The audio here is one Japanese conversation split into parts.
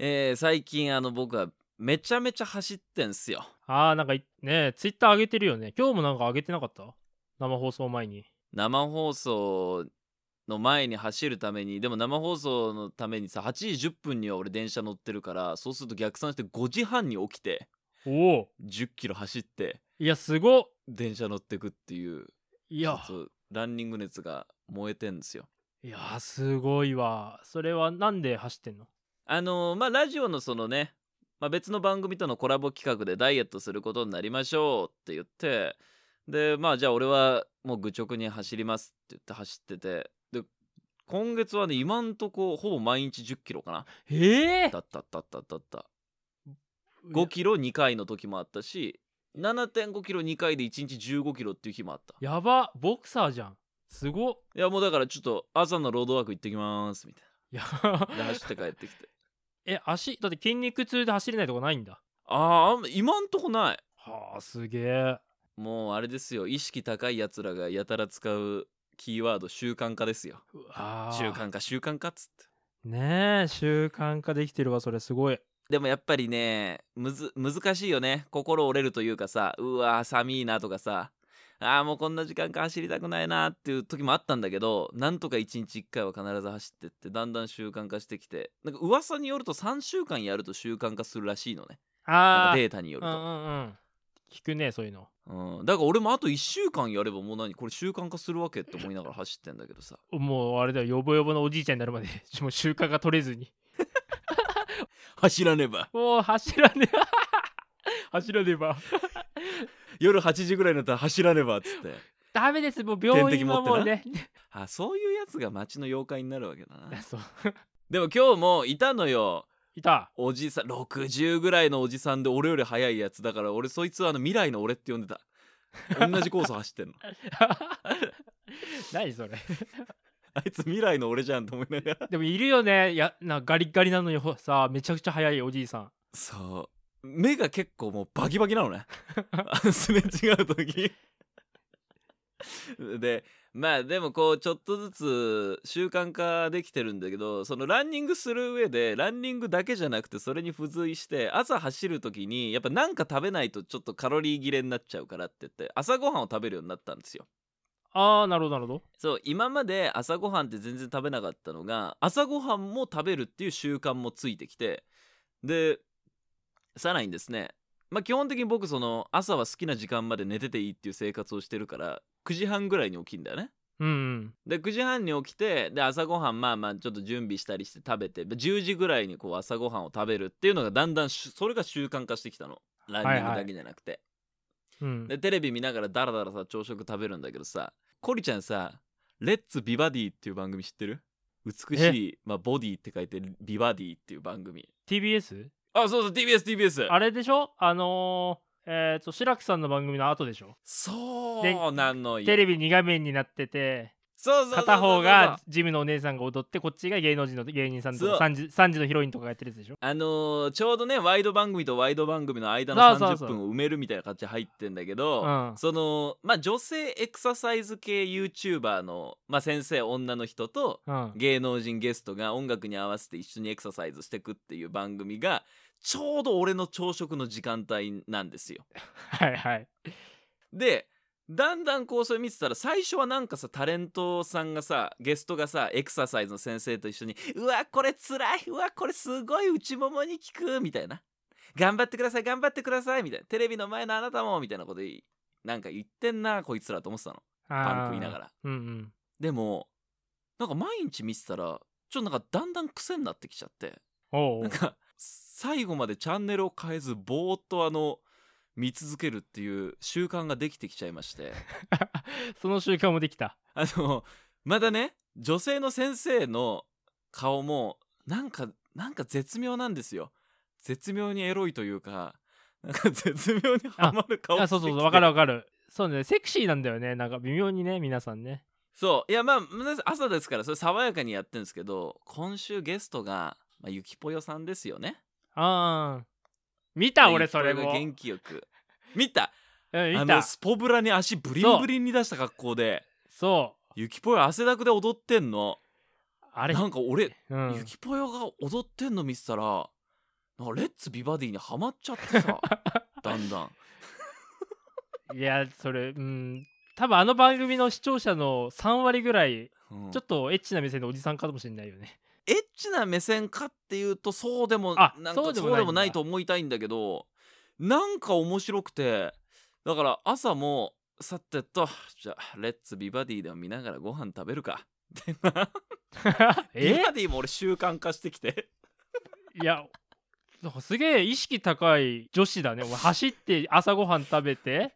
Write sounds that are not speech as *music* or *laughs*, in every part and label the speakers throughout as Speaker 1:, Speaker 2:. Speaker 1: えー最近あの僕はめちゃめちゃ走ってんすよ
Speaker 2: ああ、なんかいね、ツイッター上げてるよね。今日もなんか上げてなかった生放送前に。
Speaker 1: 生放送の前に走るためにでも生放送のためにさ8時10分には俺電車乗ってるからそうすると逆算して5時半に起きて
Speaker 2: おお。
Speaker 1: 1 0キロ走って
Speaker 2: いや、すごっ。
Speaker 1: 電車乗ってくっていう
Speaker 2: いや、
Speaker 1: ちょっとランニング熱が燃えてんですよ
Speaker 2: いや、すごいわ。それはなんで走ってんの
Speaker 1: あのーまあラジオのそのね、まあ、別の番組とのコラボ企画でダイエットすることになりましょうって言ってでまあじゃあ俺はもう愚直に走りますって言って走っててで今月はね今んとこほぼ毎日1 0キロかな
Speaker 2: ええ
Speaker 1: だったったったったった5キロ2回の時もあったし7 5キロ2回で1日1 5キロっていう日もあったい
Speaker 2: ややば。ボクサーじゃん。すごっ。
Speaker 1: やもうだからちょっと朝のロードワーク行ってきますみたい
Speaker 2: いや、
Speaker 1: なで走って帰ってきて
Speaker 2: *laughs* え、足、だって筋肉痛で走れないとこないんだ。
Speaker 1: あーあん今んとこない
Speaker 2: はあ、すげえ。
Speaker 1: もうあれですよ意識高いやつらがやたら使うキーワード習慣化ですよ
Speaker 2: うわー
Speaker 1: 習慣化習慣化っつって
Speaker 2: ねえ、習慣化できてるわ、それすごい。
Speaker 1: でもやっぱりねむず難しいよね心折れるというかさうわー寒いなとかさあーもうこんな時間か走りたくないなっていう時もあったんだけどなんとか1日1回は必ず走ってってだんだん習慣化してきてなんか噂によると3週間やると習慣化するらしいのねなん
Speaker 2: あ
Speaker 1: か
Speaker 2: あ、
Speaker 1: データによる
Speaker 2: うんう
Speaker 1: と、
Speaker 2: んうん。聞くね、そういうの。
Speaker 1: うん、だから俺もあと1週間やればもう何これ習慣化するわけって思いながら走ってんだけどさ
Speaker 2: もうあれだよ、ヨボヨボのおじいちゃんになるまで、 *laughs* もう習慣が取れずに。
Speaker 1: 走らねば
Speaker 2: もう走らねば。 *laughs* 走らねば。
Speaker 1: 夜8時ぐらいになったら走らねばっつって
Speaker 2: ダメです、もう病院はもうね。
Speaker 1: *laughs* あそういうやつが街の妖怪になるわけだ
Speaker 2: *laughs*
Speaker 1: な
Speaker 2: そう。
Speaker 1: *laughs* でも今日もいたのよ
Speaker 2: いた。 *laughs*
Speaker 1: おじさん60ぐらいのおじさんで俺より速いやつだから俺そいつはあの未来の俺って呼んでた同じコース走ってん *laughs* の
Speaker 2: 何それ。
Speaker 1: あいつ未来の俺じゃんと思いながら
Speaker 2: でもいるよね。いや、なガリッガリなのにほさ、めちゃくちゃ速いおじいさん。
Speaker 1: そう目が結構もうバキバキなのねあのすれ違う時でまあでもこうちょっとずつ習慣化できてるんだけどそのランニングする上でランニングだけじゃなくてそれに付随して朝走る時にやっぱなんか食べないとちょっとカロリー切れになっちゃうからって言って朝ごはんを食べるようになったんですよ。
Speaker 2: ああ、なるほど、なるほど。
Speaker 1: そう今まで朝ごはんって全然食べなかったのが朝ごはんも食べるっていう習慣もついてきてでさらにですねまあ基本的に僕その朝は好きな時間まで寝てていいっていう生活をしてるから9時半ぐらいに起きんだよね
Speaker 2: うん、うん。
Speaker 1: で9時半に起きてで朝ごはんまあまあちょっと準備したりして食べて10時ぐらいにこう朝ごはんを食べるっていうのがだんだんしそれが習慣化してきたのランニングだけじゃなくて、
Speaker 2: うん、
Speaker 1: でテレビ見ながらダラダラさ朝食食べるんだけどさコリちゃんさ「レッツビバディ」っていう番組知ってる美しい、まあ、ボディって書いてビバディっていう番組
Speaker 2: TBS?
Speaker 1: あそうそう TBSTBS
Speaker 2: あれでしょあのー、えっ、と、白木さんの番組の後でしょ
Speaker 1: そうなのよ
Speaker 2: テレビ2画面になってて、
Speaker 1: そうそうそうそう
Speaker 2: *laughs* 片方がジムのお姉さんが踊ってこっちが芸能人の芸人さんと
Speaker 1: そう
Speaker 2: か3時 ,3 時のヒロインとかがやってるやつでしょ
Speaker 1: あのーちょうどねワイド番組とワイド番組の間の
Speaker 2: そうそ
Speaker 1: 30
Speaker 2: うそう
Speaker 1: 分を埋めるみたいな感じで入ってんだけど
Speaker 2: うん
Speaker 1: そのまあ女性エクササイズ系 YouTuber の、まあ、先生女の人と
Speaker 2: うん
Speaker 1: 芸能人ゲストが音楽に合わせて一緒にエクササイズしてくっていう番組がちょうど俺の朝食の時間帯なんですよ。
Speaker 2: はいはい
Speaker 1: でだんだんこうそれ見てたら最初はなんかさタレントさんがさゲストがさエクササイズの先生と一緒に「うわこれつらいうわこれすごい内ももに効く」みたいな「頑張ってください頑張ってください」みたいな「テレビの前のあなたも」みたいなこといなんか言ってんなこいつらと思ってたのパン食いなが
Speaker 2: ら
Speaker 1: ら。
Speaker 2: うんうん
Speaker 1: でもなんか毎日見てたらちょっとなんかだんだん癖になってきちゃって
Speaker 2: おう
Speaker 1: な
Speaker 2: お *laughs*
Speaker 1: ん
Speaker 2: う
Speaker 1: か最後までチャンネルを変えずぼーっとあの見続けるっていう習慣ができてきちゃいまして
Speaker 2: *laughs* その習慣もできた
Speaker 1: あのまだね女性の先生の顔もなんかなんか絶妙なんですよ絶妙にエロいというかなんか絶妙にハマる顔
Speaker 2: あ
Speaker 1: して
Speaker 2: そう
Speaker 1: き
Speaker 2: そ
Speaker 1: て
Speaker 2: うそうわかるわかるそうねセクシーなんだよねなんか微妙にね皆さんね
Speaker 1: そういやまあ朝ですからそれ爽やかにやってるんですけど今週ゲストが、まあ、ゆきぽよさんですよね
Speaker 2: ああ見た俺
Speaker 1: ゆきぽ
Speaker 2: そ
Speaker 1: よ
Speaker 2: れ
Speaker 1: が
Speaker 2: も、うん、
Speaker 1: 元気よく見たあ
Speaker 2: 見
Speaker 1: の
Speaker 2: た
Speaker 1: スポブラに足ブリンブリンに出した格好で
Speaker 2: そ
Speaker 1: ゆきぽよ汗だくで踊ってんの
Speaker 2: うあれ
Speaker 1: なんか俺、
Speaker 2: うん
Speaker 1: ゆきぽよが踊ってんの見せたらなんかレッツビバディにハマっちゃって
Speaker 2: *laughs*
Speaker 1: さだんだん
Speaker 2: いやそれうん多分あの番組の視聴者の3割ぐらい
Speaker 1: うん
Speaker 2: ちょっとエッチな目線のおじさんかもしれないよ
Speaker 1: *laughs*
Speaker 2: ね。
Speaker 1: エッチな目線かっていうとそうでも
Speaker 2: あ
Speaker 1: なんか
Speaker 2: そ
Speaker 1: そうう
Speaker 2: で
Speaker 1: で
Speaker 2: もないんだ
Speaker 1: もないと思いたいんだけどなんか面白くてだから朝もさてとじゃあレッツビバディでも見ながらご飯食べるかでまあビ
Speaker 2: え
Speaker 1: バディも俺習慣化してきて
Speaker 2: いやなんかすげえ意識高い女子だね。お前走って朝ごはん食べて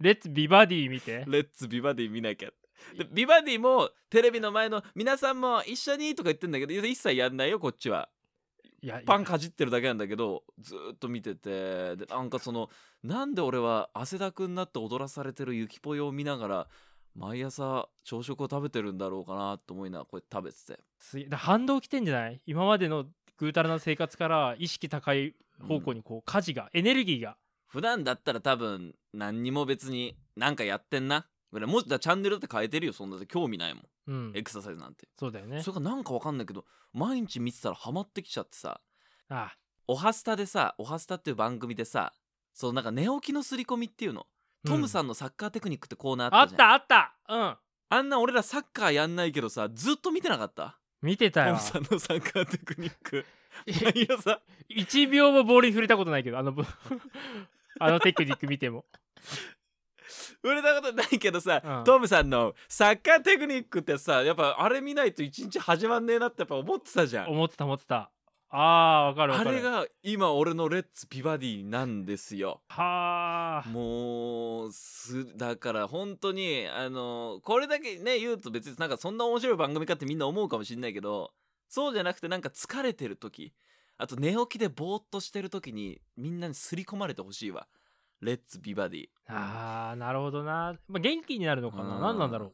Speaker 2: レッツビバディ見て
Speaker 1: レッツビバディ見なきゃでビバディもテレビの前の皆さんも一緒にとか言ってんだけど一切やんないよこっちはい
Speaker 2: や
Speaker 1: パンかじってるだけなんだけどずーっと見ててでなんかそのなんで俺は汗だくになって踊らされてるゆきぽよを見ながら毎朝朝食を食べてるんだろうかなと思いながらこうやって食べてて
Speaker 2: すげえだ反動きてんじゃない今までのぐうたらな生活から意識高い方向にこう舵がエネルギーが
Speaker 1: 普段だったら多分何にも別になんかやってんなぐらいもしだチャンネルだって変えてるよそんなで興味ないもん
Speaker 2: うん
Speaker 1: エクササイズなんて
Speaker 2: そうだよね
Speaker 1: それがなんかわかんないけど毎日見てたらハマってきちゃってさ
Speaker 2: あ
Speaker 1: 「おはスタ」でさ「おはスタ」っていう番組でさそのなんか寝起きの刷り込みっていうのトム
Speaker 2: ん
Speaker 1: さんのサッカーテクニックってコーナーあ
Speaker 2: あ
Speaker 1: った
Speaker 2: っ
Speaker 1: じゃん
Speaker 2: たあったうん
Speaker 1: あんな俺らサッカーやんないけどさずっと見てなかった
Speaker 2: 見てた
Speaker 1: ト
Speaker 2: よ
Speaker 1: ムさんのサッカーテクニッ
Speaker 2: *laughs*
Speaker 1: ク毎朝
Speaker 2: 1秒もボールに触れたことないけ
Speaker 1: *laughs*
Speaker 2: どあのあのテクニック見ても
Speaker 1: 売れたことないけどさ、
Speaker 2: うん
Speaker 1: トムさんのサッカーテクニックってさやっぱあれ見ないと一日始まんねえなってやっぱ思ってたじゃん
Speaker 2: 思ってた思ってたあーわかるわ
Speaker 1: あ
Speaker 2: かる
Speaker 1: れが今俺のレッツビバディなんですよ
Speaker 2: はあ
Speaker 1: もうすだから本当にあのこれだけね言うと別になんかそんな面白い番組かってみんな思うかもしんないけどそうじゃなくてなんか疲れてる時あと寝起きでぼーっとしてる時にみんなに刷り込まれてほしいわレッツビバディ
Speaker 2: あーなるほどな、まあ、元気になるのかな
Speaker 1: うん
Speaker 2: 何なんだろ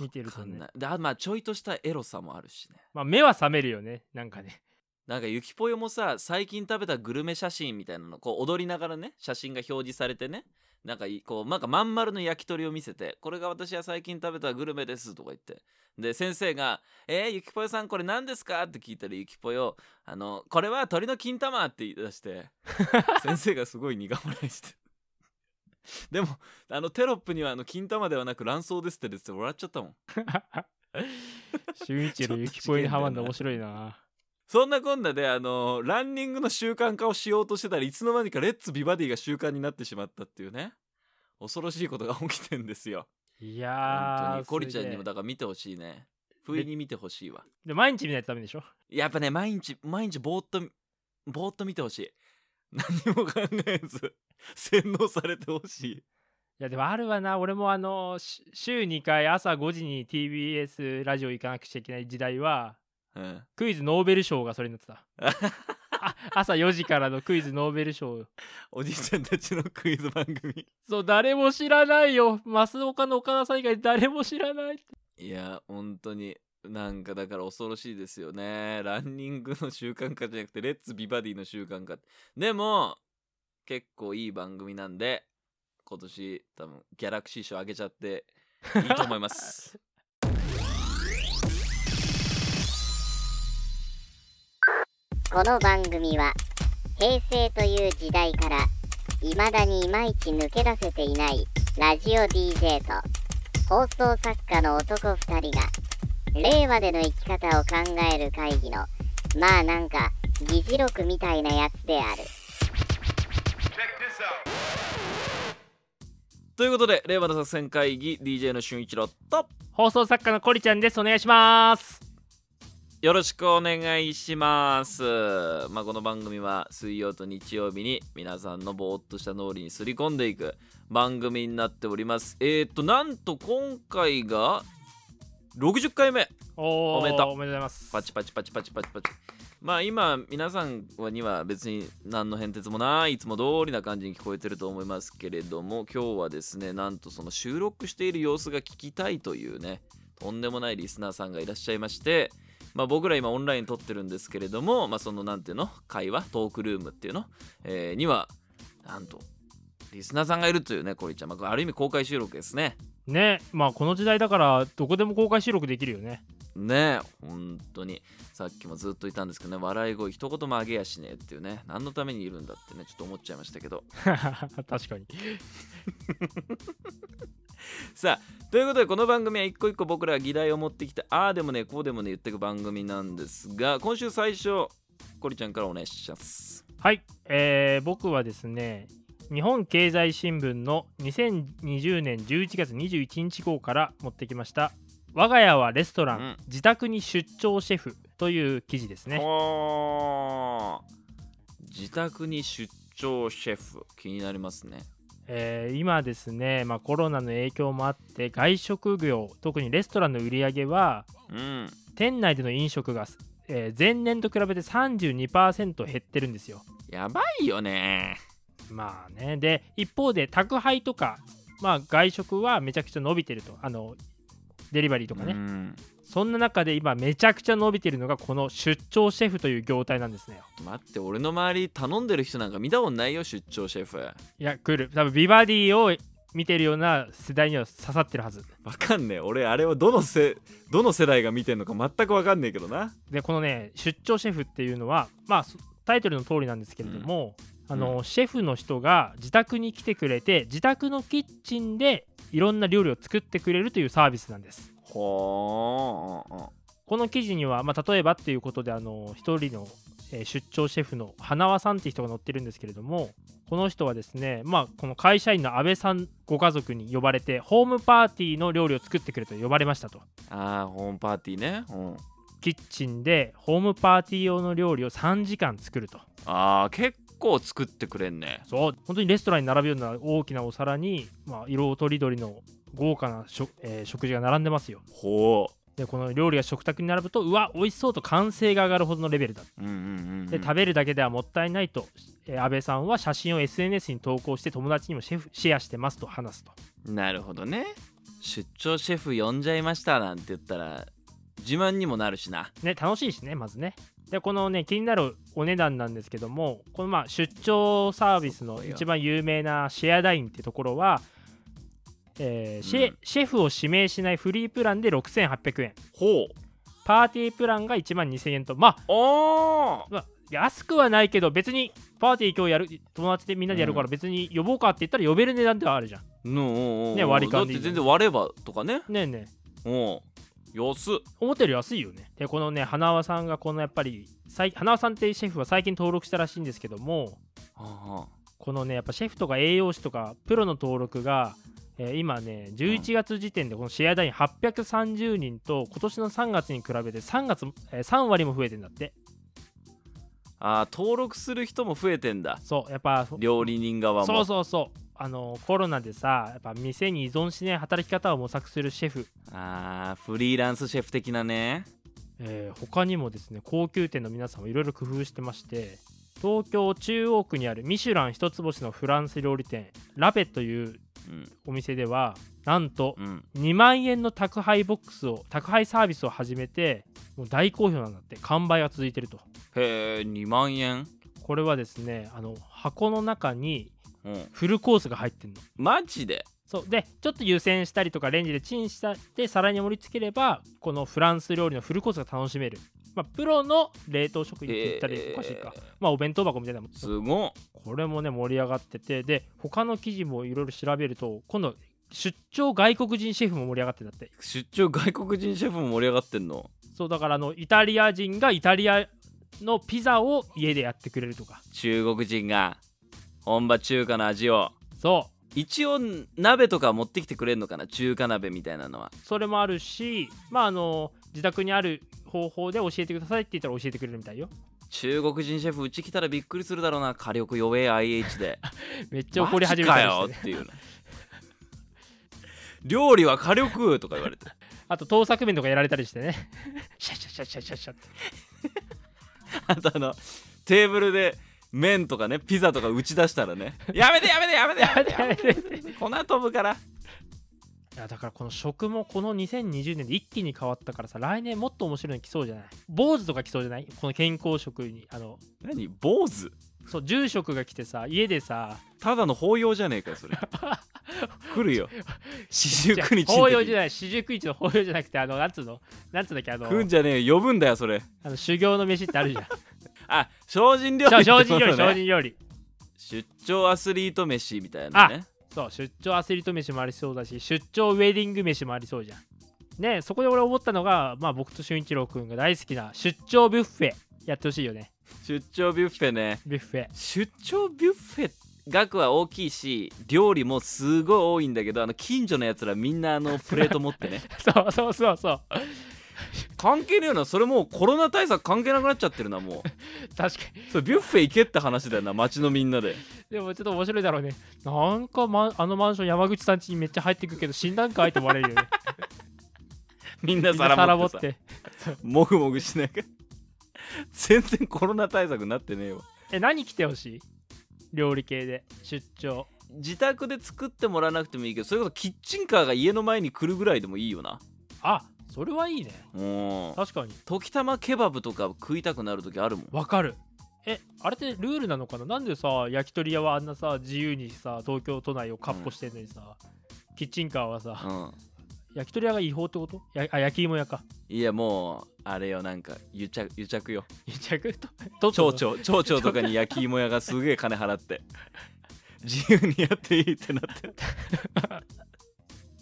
Speaker 2: う見てる
Speaker 1: わ
Speaker 2: と
Speaker 1: かん
Speaker 2: ね
Speaker 1: ないであまあちょいとしたエロさもあるしね
Speaker 2: まあ目は覚めるよねなん
Speaker 1: *laughs*
Speaker 2: かね
Speaker 1: なんかゆきぽよもさ最近食べたグルメ写真みたいなのこう踊りながらね写真が表示されてねなんかいこうなんかまん丸の焼き鳥を見せて「これが私は最近食べたグルメです」とか言ってで先生が「えー、ゆきぽよさんこれ何ですか?」って聞いたらゆきぽよ「あのこれは鶏の金玉」って言い出して先生がすごい苦笑いしてでもあのテロップにはあの金玉ではなく卵巣ですって出てて笑っちゃったもん
Speaker 2: 俊一郎ゆきぽよにハマるの面白いな
Speaker 1: そんなこんなであのーランニングの習慣化をしようとしてたらいつの間にかレッツビバディが習慣になってしまったっていうね恐ろしいことが起きてんですよ本当
Speaker 2: いやー
Speaker 1: にコリちゃんにも
Speaker 2: すげえ
Speaker 1: だから見てほしいね不意に見てほしいわ
Speaker 2: で毎日見ないとダメでしょ
Speaker 1: やっぱね毎日毎日ぼーっとぼーっと見てほしい何も考えず洗脳されてほしい
Speaker 2: いやでもあるわな俺もあのし週2回朝5時に TBS ラジオ行かなくちゃいけない時代は
Speaker 1: うん
Speaker 2: クイズノーベル賞がそれになって
Speaker 1: *laughs*
Speaker 2: たあ朝4時からのクイズノーベル賞
Speaker 1: おじいちゃんたちのクイズ番組
Speaker 2: そう誰も知らないよ増岡の岡田さん以外誰も知らない
Speaker 1: いや本当になんかだから恐ろしいですよねランニングの習慣化じゃなくてレッツビバディの習慣化でも結構いい番組なんで今年多分ギャラクシー賞あげちゃっていいと思います
Speaker 3: この番組は平成という時代から未だにいまいち抜け出せていないラジオ DJ と放送作家の男2人が令和での生き方を考える会議のまあなんか議事録みたいなやつである。
Speaker 1: ということで令和の作戦会議 DJ の俊一郎と
Speaker 2: 放送作家のコリちゃんですお願いします
Speaker 1: よろしくお願いします。まあ、この番組は水曜と日曜日に皆さんのぼーっとした脳裏にすり込んでいく番組になっております。えー、っと、なんと今回が60回目。
Speaker 2: おー
Speaker 1: おめでとう
Speaker 2: おめでとうございます
Speaker 1: パチパチパチパチパチパチ。まあ今皆さんには別に何の変哲もないいつも通りな感じに聞こえてると思いますけれども今日はですねなんとその収録している様子が聞きたいというねとんでもないリスナーさんがいらっしゃいまして、まあ、僕ら今オンライン撮ってるんですけれども、まあ、そのなんていうの会話トークルームっていうの、えーにはなんとリスナーさんがいるというねこれちゃん、まあ、ある意味公開収録ですね。
Speaker 2: ねまあこの時代だからどこでも公開収録できるよね *laughs*
Speaker 1: ねえ本当にさっきもずっと言ったんですけどね笑い声一言も上げやしねえっていうね何のためにいるんだってねちょっと思っちゃいましたけど *laughs*
Speaker 2: 確かに
Speaker 1: さあということでこの番組は一個一個僕らが議題を持ってきてああでもねこうでもね言ってく番組なんですが今週最初コリちゃんからお願いします
Speaker 2: はい、えー僕はですね日本経済新聞の2020年11月21日号から持ってきました「我が家はレストラン、
Speaker 1: うん
Speaker 2: 自宅に出張シェフ」という記事ですね
Speaker 1: おー自宅に出張シェフ気になりますね
Speaker 2: えー今ですね、まあ、コロナの影響もあって外食業特にレストランの売り上げは
Speaker 1: うん
Speaker 2: 店内での飲食が、えー前年と比べて32%減ってるんですよ
Speaker 1: やばいよね
Speaker 2: まあねで一方で宅配とか、まあ、外食はめちゃくちゃ伸びてるとあのデリバリーとかね、
Speaker 1: うん
Speaker 2: そんな中で今めちゃくちゃ伸びてるのがこの出張シェフという業態なんですね
Speaker 1: 待って俺の周り頼んでる人なんか見たことないよ出張シェフ
Speaker 2: いや来る多分ビバディを見てるような世代には刺さってるはず
Speaker 1: わかんねえ俺あれをどのせどの世代が見てんのか全くわかんねえけどな
Speaker 2: でこのね出張シェフっていうのはまあそタイトルの通りなんですけれども、あのシェフの人が自宅に来てくれて自宅のキッチンでいろんな料理を作ってくれるというサービスなんです
Speaker 1: ほー
Speaker 2: この記事には、まあ、例えばっていうことであの一人のえー出張シェフの花輪さんって人が載ってるんですけれどもこの人はですね、まあ、この会社員の安倍さんご家族に呼ばれてホームパーティーの料理を作ってくれと呼ばれましたと
Speaker 1: ああホームパーティーね、うん、
Speaker 2: キッチンでホームパーティー用の料理を3時間作ると
Speaker 1: あー結構作ってくれんね
Speaker 2: そう本当にレストランに並ぶような大きなお皿に、まあ、色とりどりの豪華な食,、えー食事が並んでますよ
Speaker 1: ほ
Speaker 2: でこの料理が食卓に並ぶとうわ美味しそうと歓声が上がるほどのレベルだ
Speaker 1: ううんうんうん
Speaker 2: で食べるだけではもったいないと、えー安倍さんは写真を SNS に投稿して友達にもシェフシェアしてますと話すと
Speaker 1: なるほどね出張シェフ呼んじゃいましたなんて言ったら自慢にもなるしな
Speaker 2: ね楽しいしねまずねでこのね気になるお値段なんですけどもこのまあ出張サービスの一番有名なシェアダインってところは、えーシェ
Speaker 1: うん
Speaker 2: シェフを指名しないフリープランで6800円
Speaker 1: ほう
Speaker 2: パーティープランが1万2000円とまあ
Speaker 1: お
Speaker 2: まあ安くはないけど別にパーティー今日やる友達でみんなでやるから別に呼ぼうかって言ったら呼べる値段ではあるじゃん
Speaker 1: の
Speaker 2: ね割り勘でい
Speaker 1: だっ
Speaker 2: い
Speaker 1: て全然割ればとかね
Speaker 2: ねえねえ
Speaker 1: お安っ
Speaker 2: 思ったより安いよねでこのね花輪さんがこのやっぱり最花輪さんっていうシェフは最近登録したらしいんですけども
Speaker 1: あ
Speaker 2: このねやっぱシェフとか栄養士とかプロの登録が、えー今ね11月時点でこのシェアダイン830人と今年の3月に比べて3月、えー3割も増えてんだって
Speaker 1: あー登録する人も増えてんだ
Speaker 2: そうやっぱ
Speaker 1: 料理人側も
Speaker 2: そうそうそうあのコロナでさやっぱ店に依存しない働き方を模索するシェフ
Speaker 1: あーフリーランスシェフ的なね
Speaker 2: えー他にもですね高級店の皆さんもいろいろ工夫してまして東京中央区にあるミシュラン一つ星のフランス料理店ラペという
Speaker 1: うん
Speaker 2: お店ではなんと
Speaker 1: うん
Speaker 2: 2万円の宅配ボックスを宅配サービスを始めてもう大好評なんだって完売が続いてると
Speaker 1: へえ2万円
Speaker 2: これはですねあの箱の中に
Speaker 1: うん
Speaker 2: フルコースが入ってんの
Speaker 1: マジで
Speaker 2: そうでちょっと湯煎したりとかレンジでチンしたって皿に盛り付ければこのフランス料理のフルコースが楽しめる、まあ、プロの冷凍食品って言った
Speaker 1: へ
Speaker 2: り
Speaker 1: ー
Speaker 2: おかしいか、まあお弁当箱みたいなもん
Speaker 1: すごっ
Speaker 2: これもね盛り上がっててで他の記事もいろいろ調べると今度出張外国人シェフも盛り上がってんだって
Speaker 1: 出張外国人シェフも盛り上がってんの
Speaker 2: そうだからあのイタリア人がイタリアのピザを家でやってくれるとか
Speaker 1: 中国人が本場中華の味を
Speaker 2: そ
Speaker 1: 一応鍋とか持ってきてくれるのかな中華鍋みたいなのは
Speaker 2: うそれもあるしまああの自宅にある方法で教えてくださいって言ったら教えてくれるみたいよ
Speaker 1: 中国人シェフうち来たらびっくりするだろうな火力弱え IH
Speaker 2: *laughs*
Speaker 1: で
Speaker 2: めっちゃ怒り始め
Speaker 1: マ
Speaker 2: た
Speaker 1: ジか
Speaker 2: りして
Speaker 1: よ
Speaker 2: ね
Speaker 1: っていうの料理は火力とか言われて
Speaker 2: あと盗作面とかやられたりしてね。シャシャシャシャシャシャって。
Speaker 1: *laughs* あとあのテーブルで麺とかねピザと *laughs* か打ち出したらねやめてやめてやめてやめてやめて粉飛ぶから
Speaker 2: いやだからこの食もこの2020年で一気に変わったからさ来年もっと面白いの来そうじゃない坊主とか来そうじゃないこの健康食にあの
Speaker 1: 何坊主
Speaker 2: そう住職が来てさ家でさ
Speaker 1: ただの法要じゃねえかよ
Speaker 2: *laughs*
Speaker 1: それ来るよ四十 *laughs* 九日
Speaker 2: 法要じゃ
Speaker 1: ない
Speaker 2: ない四十九日の法要じゃなくてあのなんつうのなんつうんだっけあの
Speaker 1: 来んじゃねえよ呼ぶんだよそれ
Speaker 2: あの修行の飯ってあ
Speaker 1: *laughs*
Speaker 2: るじゃん
Speaker 1: あ精進料
Speaker 2: じ
Speaker 1: 理
Speaker 2: ゃあ
Speaker 1: ってこと
Speaker 2: 精進料
Speaker 1: *laughs*
Speaker 2: 理精
Speaker 1: ね
Speaker 2: 進料理
Speaker 1: 出張アスリート飯みたいなね
Speaker 2: そう出張アスリート飯もありそうだし出張ウェディング飯もありそうじゃんねそこで俺思ったのが、まあ、僕と俊一郎くんが大好きな出張ビュッフェやってほしいよね
Speaker 1: 出張ビュッフェね
Speaker 2: ビュッフェ *laughs*
Speaker 1: 出張ビュッフェ額は大きいし料理もすごい多いんだけどあの近所のやつらみんなあのプレート持ってね
Speaker 2: そうそうそうそう
Speaker 1: 関係ねえなそれもうコロナ対策関係なくなっちゃってるなも
Speaker 2: 確かに
Speaker 1: う *laughs* それビュッフェ行けって話だよな街のみんなで
Speaker 2: でもちょっと面白いだろうねなんか、ま、あのマンション山口さん家にめっちゃ入ってくけど診断会って思われる
Speaker 1: *laughs*
Speaker 2: よね
Speaker 1: *laughs* みんな
Speaker 2: みんな
Speaker 1: 皿
Speaker 2: さら
Speaker 1: 持っ
Speaker 2: ぼって
Speaker 1: さ
Speaker 2: て
Speaker 1: もぐもぐしながら全然コロナ対策になってねえわ
Speaker 2: え何来てほしい料理系で出張
Speaker 1: 自宅で作ってもらわなくてもいいけどそれこそキッチンカーが家の前に来るぐらいでもいいよな
Speaker 2: あそれはいいね
Speaker 1: うん
Speaker 2: 確かに
Speaker 1: 時たまケバブとか食いたくなる時あるもん
Speaker 2: わかるえあれってルールなのかななんでさ焼き鳥屋はあんなさ自由にさ東京都内をかっ歩してんのにさ、キッチンカーはさ、 *laughs*
Speaker 1: うん
Speaker 2: 焼き鳥屋が違法ってことやあ焼き芋屋か *laughs*
Speaker 1: いやもうあれよなんか癒着癒着 *laughs* よ
Speaker 2: 癒着とと
Speaker 1: 町長町長とかに焼き芋屋がすげえ金払 *laughs* って自由にやっていいってなって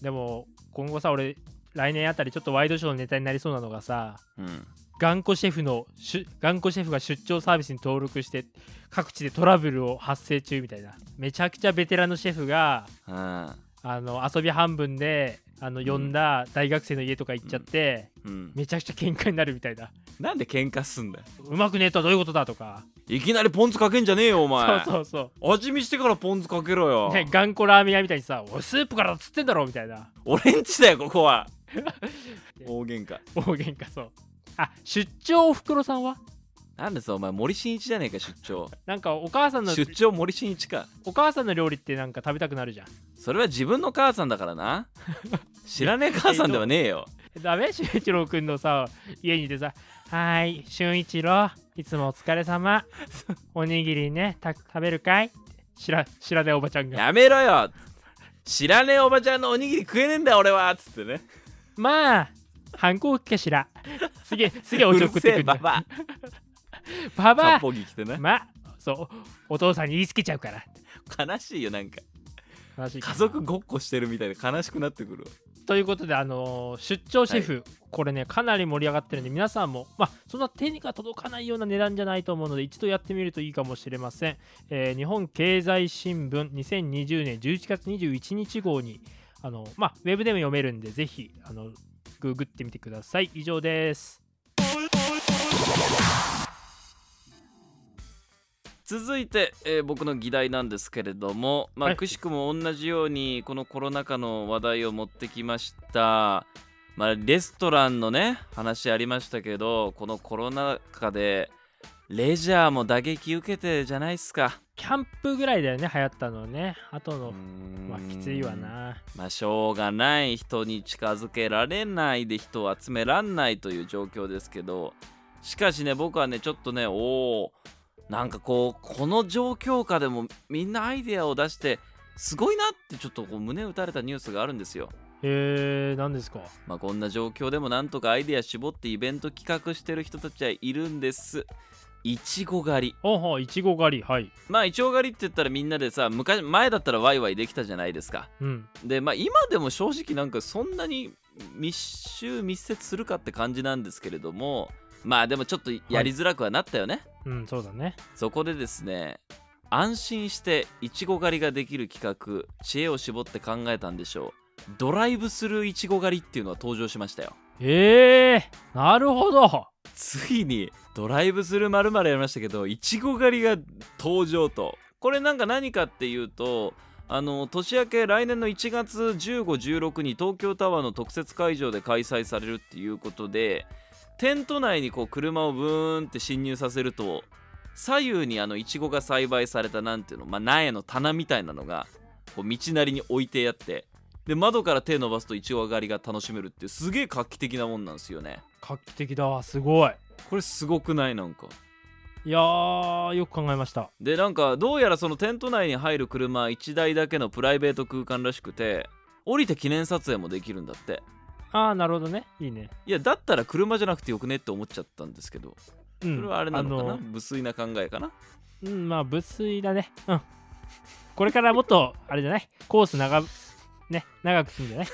Speaker 2: でも今後さ俺来年あたりちょっとワイドショーのネタになりそうなのがさ
Speaker 1: うん
Speaker 2: 頑固シェフのしゅ頑固シェフが出張サービスに登録して各地でトラブルを発生中みたいなめちゃくちゃベテランのシェフが
Speaker 1: あ
Speaker 2: あの遊び半分であの呼んだ大学生の家とか行っちゃって、
Speaker 1: うん、
Speaker 2: めちゃくちゃ喧嘩になるみたいな
Speaker 1: なんで喧嘩すんだよ
Speaker 2: うまくねえとはどういうことだとか
Speaker 1: いきなりポン酢かけんじゃねえよお前
Speaker 2: そうそう
Speaker 1: 味見してからポン酢かけろ
Speaker 2: そう
Speaker 1: よ、
Speaker 2: ね頑固ラーメン屋みたいにさ「おいスープからだっつってんだろ」みたいな
Speaker 1: 俺んちだよここ
Speaker 2: *laughs*
Speaker 1: は大喧嘩
Speaker 2: 大喧嘩そうあ出張おふくろさんは
Speaker 1: なんでさお前森進一じゃねえか出張
Speaker 2: なんかお母さんの
Speaker 1: 出張森進一か
Speaker 2: お母さんの料理ってなんか食べたくなるじゃん
Speaker 1: それは自分の母さんだから
Speaker 2: *laughs*
Speaker 1: な知らねえ母さんではねえよ
Speaker 2: ダメ *laughs* 俊一郎くんのさ家にいてさ「はーい俊一郎いつもお疲れ様おにぎりねた食べるかい?」知ら知らないおばちゃんが
Speaker 1: やめろよ知らねえおばちゃんのおにぎり食えねえんだよ俺はつってね
Speaker 2: 「まあ反抗期かしら」すげえすげえおちょくってく
Speaker 1: うるせえ
Speaker 2: る
Speaker 1: ババ
Speaker 2: バ
Speaker 1: ア
Speaker 2: バ
Speaker 1: 八
Speaker 2: ア
Speaker 1: 方着着てね
Speaker 2: まあそうお父さんに言いつけちゃうから
Speaker 1: 悲しいよなんか
Speaker 2: 悲しいけど
Speaker 1: 家族ごっこしてるみたいで悲しくなってくるわ
Speaker 2: ということで、あのー出張シェフ、これねかなり盛り上がってるんで皆さんも、まあ、そんな手が届かないような値段じゃないと思うので一度やってみるといいかもしれません、えー日本経済新聞2020年11月21日号にあの、まあ、ウェブでも読めるんでぜひあのググってみてください以上です
Speaker 1: 続いて、えー僕の議題なんですけれども、まあ
Speaker 2: はい
Speaker 1: くしくも同じようにこのコロナ禍の話題を持ってきました、まあ、レストランのね話ありましたけどこのコロナ禍でレジャーも打撃受けてじゃないですか
Speaker 2: キャンプぐらいだよね流行ったのねあと
Speaker 1: う
Speaker 2: の、
Speaker 1: ん
Speaker 2: まあ、きついわな
Speaker 1: まあしょうがない人に近づけられないで人を集めらんないという状況ですけどしかしね僕はねちょっとねおおなんかこうこの状況下でもみんなアイデアを出してすごいなってちょっとこう胸打たれたニュースがあるんですよ。
Speaker 2: えー、何ですか
Speaker 1: まあこんな状況でもなんとかアイデア絞ってイベント企画してる人たちはいるんです。いちご狩り。
Speaker 2: おほいちご狩りはい
Speaker 1: まあいちご狩りって言ったらみんなでさ昔前だったらワイワイできたじゃないですか。
Speaker 2: うん
Speaker 1: でまあ今でも正直なんかそんなに密集密接するかって感じなんですけれどもまあでもちょっとやりづらくはなったよね、
Speaker 2: うんそうだね
Speaker 1: そこでですね安心していちご狩りができる企画知恵を絞って考えたんでしょうドライブスルーいちご狩りっていうのは登場しましたよ
Speaker 2: えー、なるほど
Speaker 1: ついにドライブスルーまるまるやりましたけどいちご狩りが登場とこれなんか何かっていうとあの年明け来年の1月1516に東京タワーの特設会場で開催されるっていうことでテント内にこう車をブーンって侵入させると左右にあのいちごが栽培されたなんていうの、まあ、苗の棚みたいなのがこう道なりに置いてあってで窓から手伸ばすとイチゴ上がりが楽しめるっていうすげえ画期的なもんなんですよね
Speaker 2: 画期的だわすごい
Speaker 1: これすごくないなんか
Speaker 2: いやーよく考えました
Speaker 1: でなんかどうやらそのテント内に入る車1台だけのプライベート空間らしくて降りて記念撮影もできるんだって
Speaker 2: ああなるほどねいいね
Speaker 1: いやだったら車じゃなくてよくねって思っちゃったんですけど
Speaker 2: う
Speaker 1: そ
Speaker 2: ん
Speaker 1: れはあれなのかな、
Speaker 2: あの
Speaker 1: 無粋な考えかな
Speaker 2: うんまあ無粋だねうんこれからもっとあれじゃないコース長ね長くするんじゃない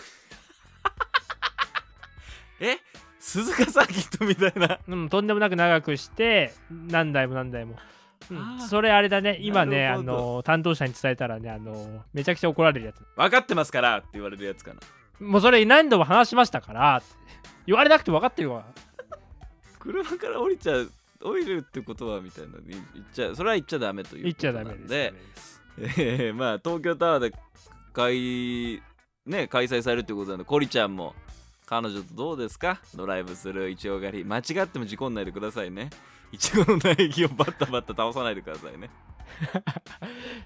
Speaker 1: え鈴鹿サーキットみたいな
Speaker 2: うんとんでもなく長くして何台も何台も、う
Speaker 1: あ
Speaker 2: ん、
Speaker 1: ー
Speaker 2: それあれだね今ね
Speaker 1: な
Speaker 2: あ
Speaker 1: るほど
Speaker 2: の担当者に伝えたらねあのめちゃくちゃ怒られるやつ
Speaker 1: 分かってますからって言われるやつかな
Speaker 2: もうそれ何度も話しましたから言われなくても分かってるわ
Speaker 1: 車から降りちゃう降りるってことはみたいな言っちゃそれは言っちゃダメという
Speaker 2: 言っ
Speaker 1: こと
Speaker 2: ちゃ
Speaker 1: な
Speaker 2: ダ
Speaker 1: ん
Speaker 2: メですダメです
Speaker 1: えーまあ東京タワーで開,、ね、開催されるということなのでコリちゃんも彼女とどうですかドライブするイチゴ狩り間違っても事故んないでくださいねイチゴの苗木をバッタバッタ倒さないでくださいね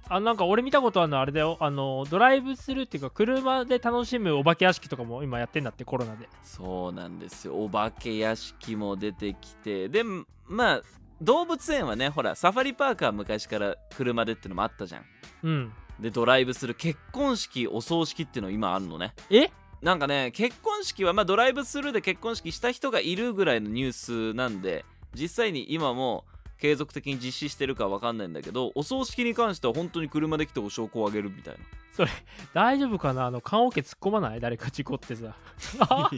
Speaker 2: あなんか俺見たことあるのあれだよあのドライブするっていうか車で楽しむお化け屋敷とかも今やってんだってコロナで
Speaker 1: そうなんですよお化け屋敷も出てきてでまあ動物園はねほらサファリパークは昔から車でってのもあったじゃん
Speaker 2: うん
Speaker 1: でドライブする結婚式お葬式っていうの今あるのね
Speaker 2: え
Speaker 1: なんかね結婚式はまあドライブスルーで結婚式した人がいるぐらいのニュースなんで実際に今も継続的に実施してるかわかんないんだけどお葬式に関しては本当に車で来てお証拠をあげるみたいな
Speaker 2: 大丈夫かなあの棺桶突っ込まない誰か事故って
Speaker 1: *laughs*
Speaker 2: さ *laughs*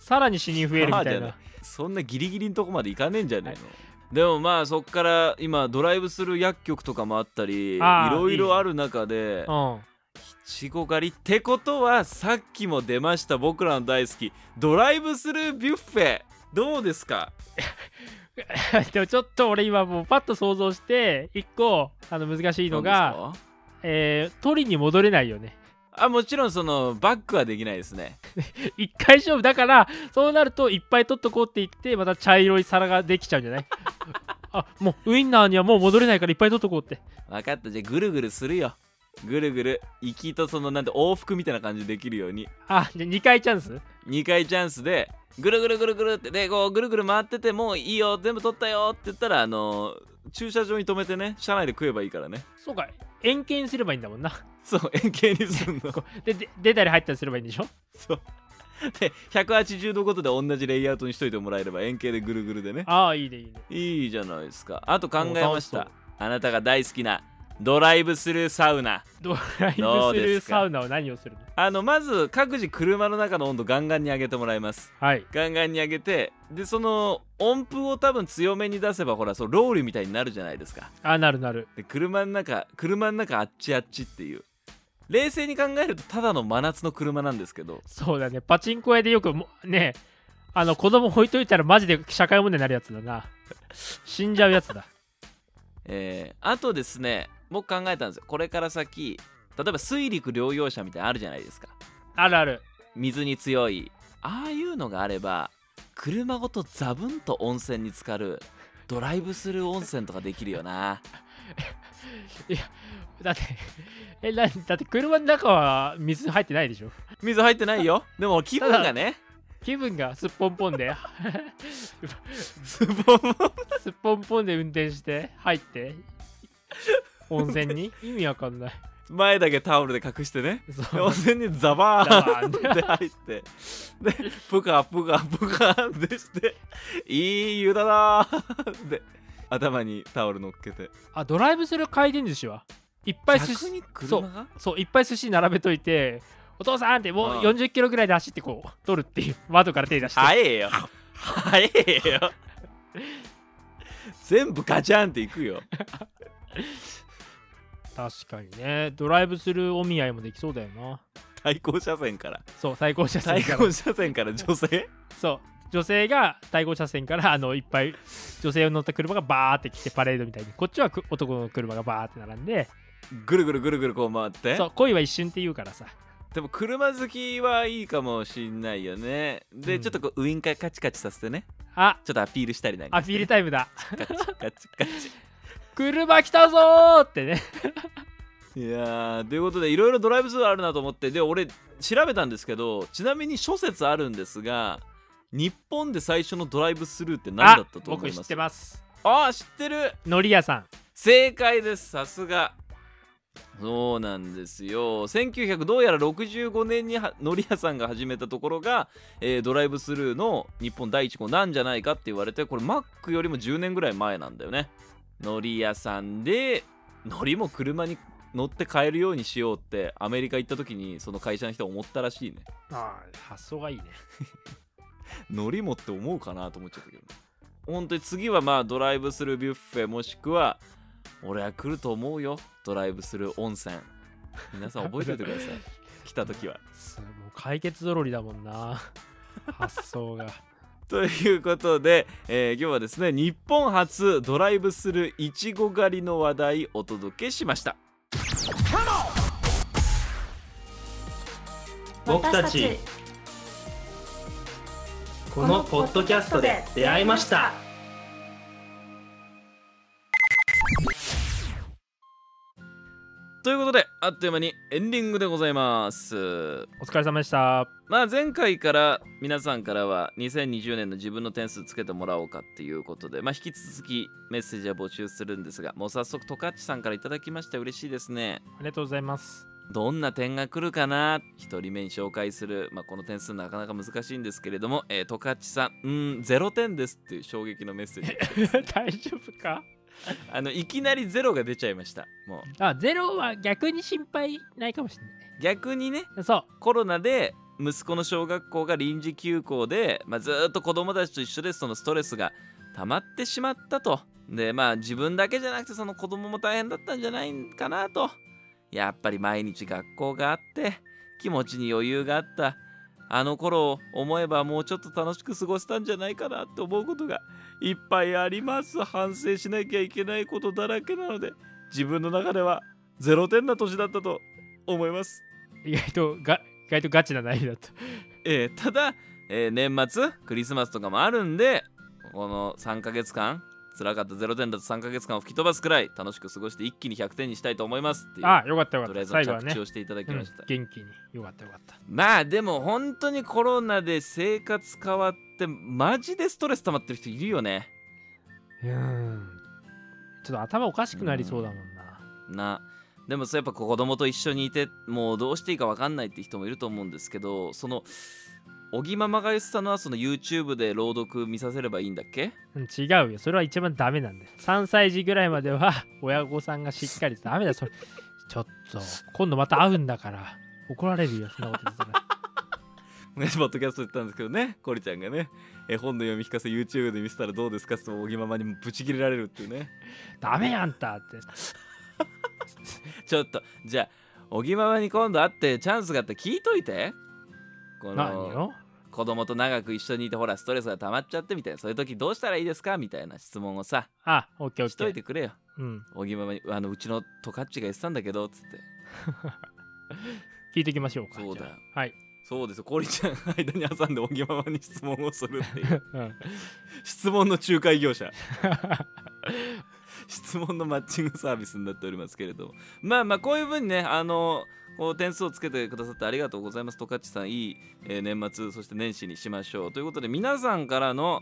Speaker 2: さらに死人増えるみた
Speaker 1: あー
Speaker 2: い
Speaker 1: じゃ
Speaker 2: な
Speaker 1: あそんなギリギリのとこまで行かねえんじゃねえの、でもまあそっから今ドライブスルー薬局とかもあったりい
Speaker 2: あー
Speaker 1: ろいろある中で
Speaker 2: うん
Speaker 1: いちご狩りってことはさっきも出ました僕らの大好きドライブスルービュッフェどうですか
Speaker 2: *laughs* でもちょっと俺今もうパッと想像して一個あの難しいのが、
Speaker 1: 何ですか
Speaker 2: えー取りに戻れないよね
Speaker 1: あもちろんそのバックはできないですね
Speaker 2: 一回勝負だからそうなるといっぱい取っとこうって言ってまた茶色い皿ができちゃうんじゃない *laughs* あもうウインナーにはもう戻れないからいっぱい取っとこうって
Speaker 1: 分かったじゃあぐるぐるするよぐるぐる行きとそのなんて往復みたいな感じでできるように
Speaker 2: あじゃあ2回チャンス
Speaker 1: 2回チャンスでぐるぐるぐるぐるってでこうぐるぐる回っててもういいよ全部取ったよって言ったらあの駐車場に止めてね車内で食えばいいからね
Speaker 2: そうか円形にすればいいんだもんな
Speaker 1: そう円形にすんの
Speaker 2: こうでで出たり入ったりすればいいんでしょ
Speaker 1: そうで180度ごとで同じレイアウトにしといてもらえれば円形でぐるぐるでね
Speaker 2: ああいいねいいね
Speaker 1: いいじゃないですかあと考えまし
Speaker 2: お
Speaker 1: た
Speaker 2: 楽し
Speaker 1: あなたが大好きなドライブスルーサウナ
Speaker 2: ドライ
Speaker 1: どう
Speaker 2: ブス
Speaker 1: で
Speaker 2: ルー
Speaker 1: すか
Speaker 2: サウナは何をするの
Speaker 1: あのまず各自車の中の温度ガンガンに上げてもらいます
Speaker 2: はい
Speaker 1: ガンガンに上げてでその音符を多分強めに出せばほらそうロールみたいになるじゃないですか
Speaker 2: あなるなる
Speaker 1: で車の中車の中あっちあっちっていう冷静に考えるとただの真夏の車なんですけど
Speaker 2: そうだねパチンコ屋でよくもねあの子供置いといたらマジで社会問題になるやつだな死んじゃうやつだ
Speaker 1: えーあとですね僕考えたんですよこれから先例えば水陸両用車みたいなのあるじゃないですか
Speaker 2: あるある
Speaker 1: 水に強いああいうのがあれば車ごとザブンと温泉に浸かるドライブスルー温泉とかできるよな
Speaker 2: だってえなだって車の中は水入ってないでしょ
Speaker 1: 水入ってないよでも気分がね
Speaker 2: 気分がすっぽんぽんで
Speaker 1: スポン
Speaker 2: すっぽんぽんで運転して入って温泉に意味わかんない
Speaker 1: 前だけタオルで隠してねで
Speaker 2: そ
Speaker 1: 温
Speaker 2: う
Speaker 1: 泉にザバーン
Speaker 2: ザ
Speaker 1: っ
Speaker 2: バーン
Speaker 1: て入ってでプカプカプカでしていい湯だなーって頭にタオル乗っけて
Speaker 2: あドライブする回転寿司はいっぱい寿
Speaker 1: 逆
Speaker 2: 司
Speaker 1: に車が
Speaker 2: そういっぱい寿司並べといてお父さんってもう
Speaker 1: ああ
Speaker 2: 40キロぐらいで走ってこう取るっていう窓から手出して
Speaker 1: 早えよ早えよ
Speaker 2: *laughs*
Speaker 1: 全部ガチャンっていくよ
Speaker 2: 確かにねドライブするお見合いもできそうだよな
Speaker 1: 対向車線から
Speaker 2: そう対向車線
Speaker 1: 対
Speaker 2: から
Speaker 1: 向車線から女性
Speaker 2: そう女性が対向車線からあのいっぱい女性を乗った車がバーって来てパレードみたいにこっちはく男の車がバーって並んで
Speaker 1: ぐるぐるぐるぐるこう回って
Speaker 2: そう恋は一瞬って言うからさ
Speaker 1: でも車好きはいいかもしんないよねで、
Speaker 2: うん
Speaker 1: ちょっとこうウインカーカチカチさせてね
Speaker 2: あ
Speaker 1: ちょっとアピールしたりなんか
Speaker 2: アピールタイムだ
Speaker 1: カチカチカチ
Speaker 2: 車来たぞーってね
Speaker 1: いやーということでいろいろドライブスルーあるなと思ってで俺調べたんですけどちなみに諸説あるんですが日本で最初のドライブスルーって何だったと思い
Speaker 2: 僕
Speaker 1: ます
Speaker 2: 知ってます
Speaker 1: あー知ってる
Speaker 2: のり屋さん
Speaker 1: 正解ですさすがそうなんですよ1900どうやら65年にはのり屋さんが始めたところが、えードライブスルーの日本第一号なんじゃないかって言われてこれマックよりも10年ぐらい前なんだよねのり屋さんでのりも車に乗って買えるようにしようってアメリカ行った時にその会社の人は思ったらしいね
Speaker 2: あー発想がいいね
Speaker 1: 海苔もって思うかなと思っちゃったけど本当に次はまあドライブスルービュッフェもしくは俺は来ると思うよドライブスルー温泉皆さん覚えておいてください来た時は
Speaker 2: すもう解決ぞろりだもんな発想が
Speaker 1: ということで、えー今日はですね日本初ドライブスルーいちご狩りの話題お届けしました
Speaker 4: 僕たち *laughs* このポッドキャストで出会いました
Speaker 1: ということであっという間にエンディングでございます
Speaker 2: お疲れ様でした
Speaker 1: まあ前回から皆さんからは2020年の自分の点数つけてもらおうかっていうことで、まあ、引き続きメッセージは募集するんですがもう早速トカッチさんからいただきまして嬉しいですね
Speaker 2: ありがとうございます
Speaker 1: どんな点が来るかな1人目に紹介する、まあ、この点数なかなか難しいんですけれども、えー、トカッチさんうーん0点ですっていう衝撃のメッセージ
Speaker 2: *laughs* 大丈夫か
Speaker 1: あのいきなりゼロが出ちゃいましたもう
Speaker 2: あゼロは逆に心配ないかもしれな
Speaker 1: 逆にね
Speaker 2: いそう
Speaker 1: コロナで息子の小学校が臨時休校で、まあ、ずーっと子供たちと一緒でそのストレスが溜まってしまったとでまあ自分だけじゃなくてその子供も大変だったんじゃないかなとやっぱり毎日学校があって気持ちに余裕があったあの頃を思えばもうちょっと楽しく過ごせたんじゃないかなと思うことがいっぱいあります反省しなきゃいけないことだらけなので自分の中では0点な年だったと思います
Speaker 2: 意外とが意外とガチな悩みだった
Speaker 1: えーただ、えー年末クリスマスとかもあるんでこの3ヶ月間辛かった0点だと3ヶ月間を吹き飛ばすくらい楽しく過ごして一気に100点にしたいと思いますっていう
Speaker 2: あよかったよか
Speaker 1: と
Speaker 2: っ
Speaker 1: りあえ
Speaker 2: た
Speaker 1: ず
Speaker 2: 最後は
Speaker 1: 着
Speaker 2: ね
Speaker 1: 地をしていただきました、
Speaker 2: うん元気によかったよかった
Speaker 1: まあでも本当にコロナで生活変わってマジでストレス溜まってる人いるよね
Speaker 2: うんちょっと頭おかしくなりそうだもんな
Speaker 1: なでもそうやっぱ子供と一緒にいてもうどうしていいか分かんないって人もいると思うんですけどその小木ママがよしさんのはその YouTube で朗読見させればいいんだっけ
Speaker 2: うん違うよそれは一番ダメなんだよ3歳児ぐらいまでは *laughs* 親御さんがしっかりダメだよそれちょっと今度また会うんだから怒られるよそんなこと言ってたら *laughs*
Speaker 1: 昔 *laughs* ポッドキャストで言ったんですけどねコリちゃんがね絵本の読み聞かせ YouTube で見せたらどうですかって小木ママにブチ切れられるっていうね
Speaker 2: ダメやんたって
Speaker 1: ちょっとじゃあ小木ママに今度会ってチャンスがあったら聞いといてこ
Speaker 2: 何
Speaker 1: の
Speaker 2: よ
Speaker 1: 子供と長く一緒にいてほらストレスが溜まっちゃってみたいなそういう時どうしたらいいですかみたいな質問をさ
Speaker 2: あオッケーオ
Speaker 1: し
Speaker 2: ッケ
Speaker 1: とい
Speaker 2: ー
Speaker 1: てくれよ
Speaker 2: うん
Speaker 1: 小木ママにあのうちのトカッチが言ってたんだけどっつって
Speaker 2: 聞いていきましょうか
Speaker 1: そうだよ
Speaker 2: じゃあはい、
Speaker 1: そうですよコリちゃん間に挟んで小木ママに質問をするっていう
Speaker 2: うん、
Speaker 1: 質問の仲介業者 *laughs* 質問のマッチングサービスになっておりますけれどもまあまあこういうふうにねあのこう点数をつけてくださってありがとうございますトカッチさんいい、えー年末そして年始にしましょうということで皆さんからの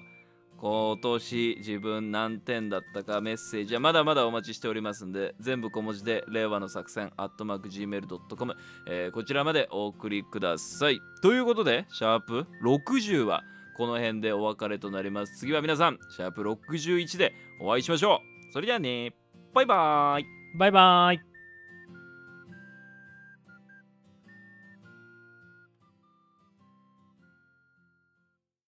Speaker 1: 今年自分何点だったかメッセージはまだまだお待ちしておりますんで全部小文字で令和の作戦 atmarkgmail.com、えーこちらまでお送りくださいということでシャープ60はこの辺でお別れとなります次は皆さんシャープ61でお会いしましょうそれではねバイバーイ
Speaker 2: バイバーイ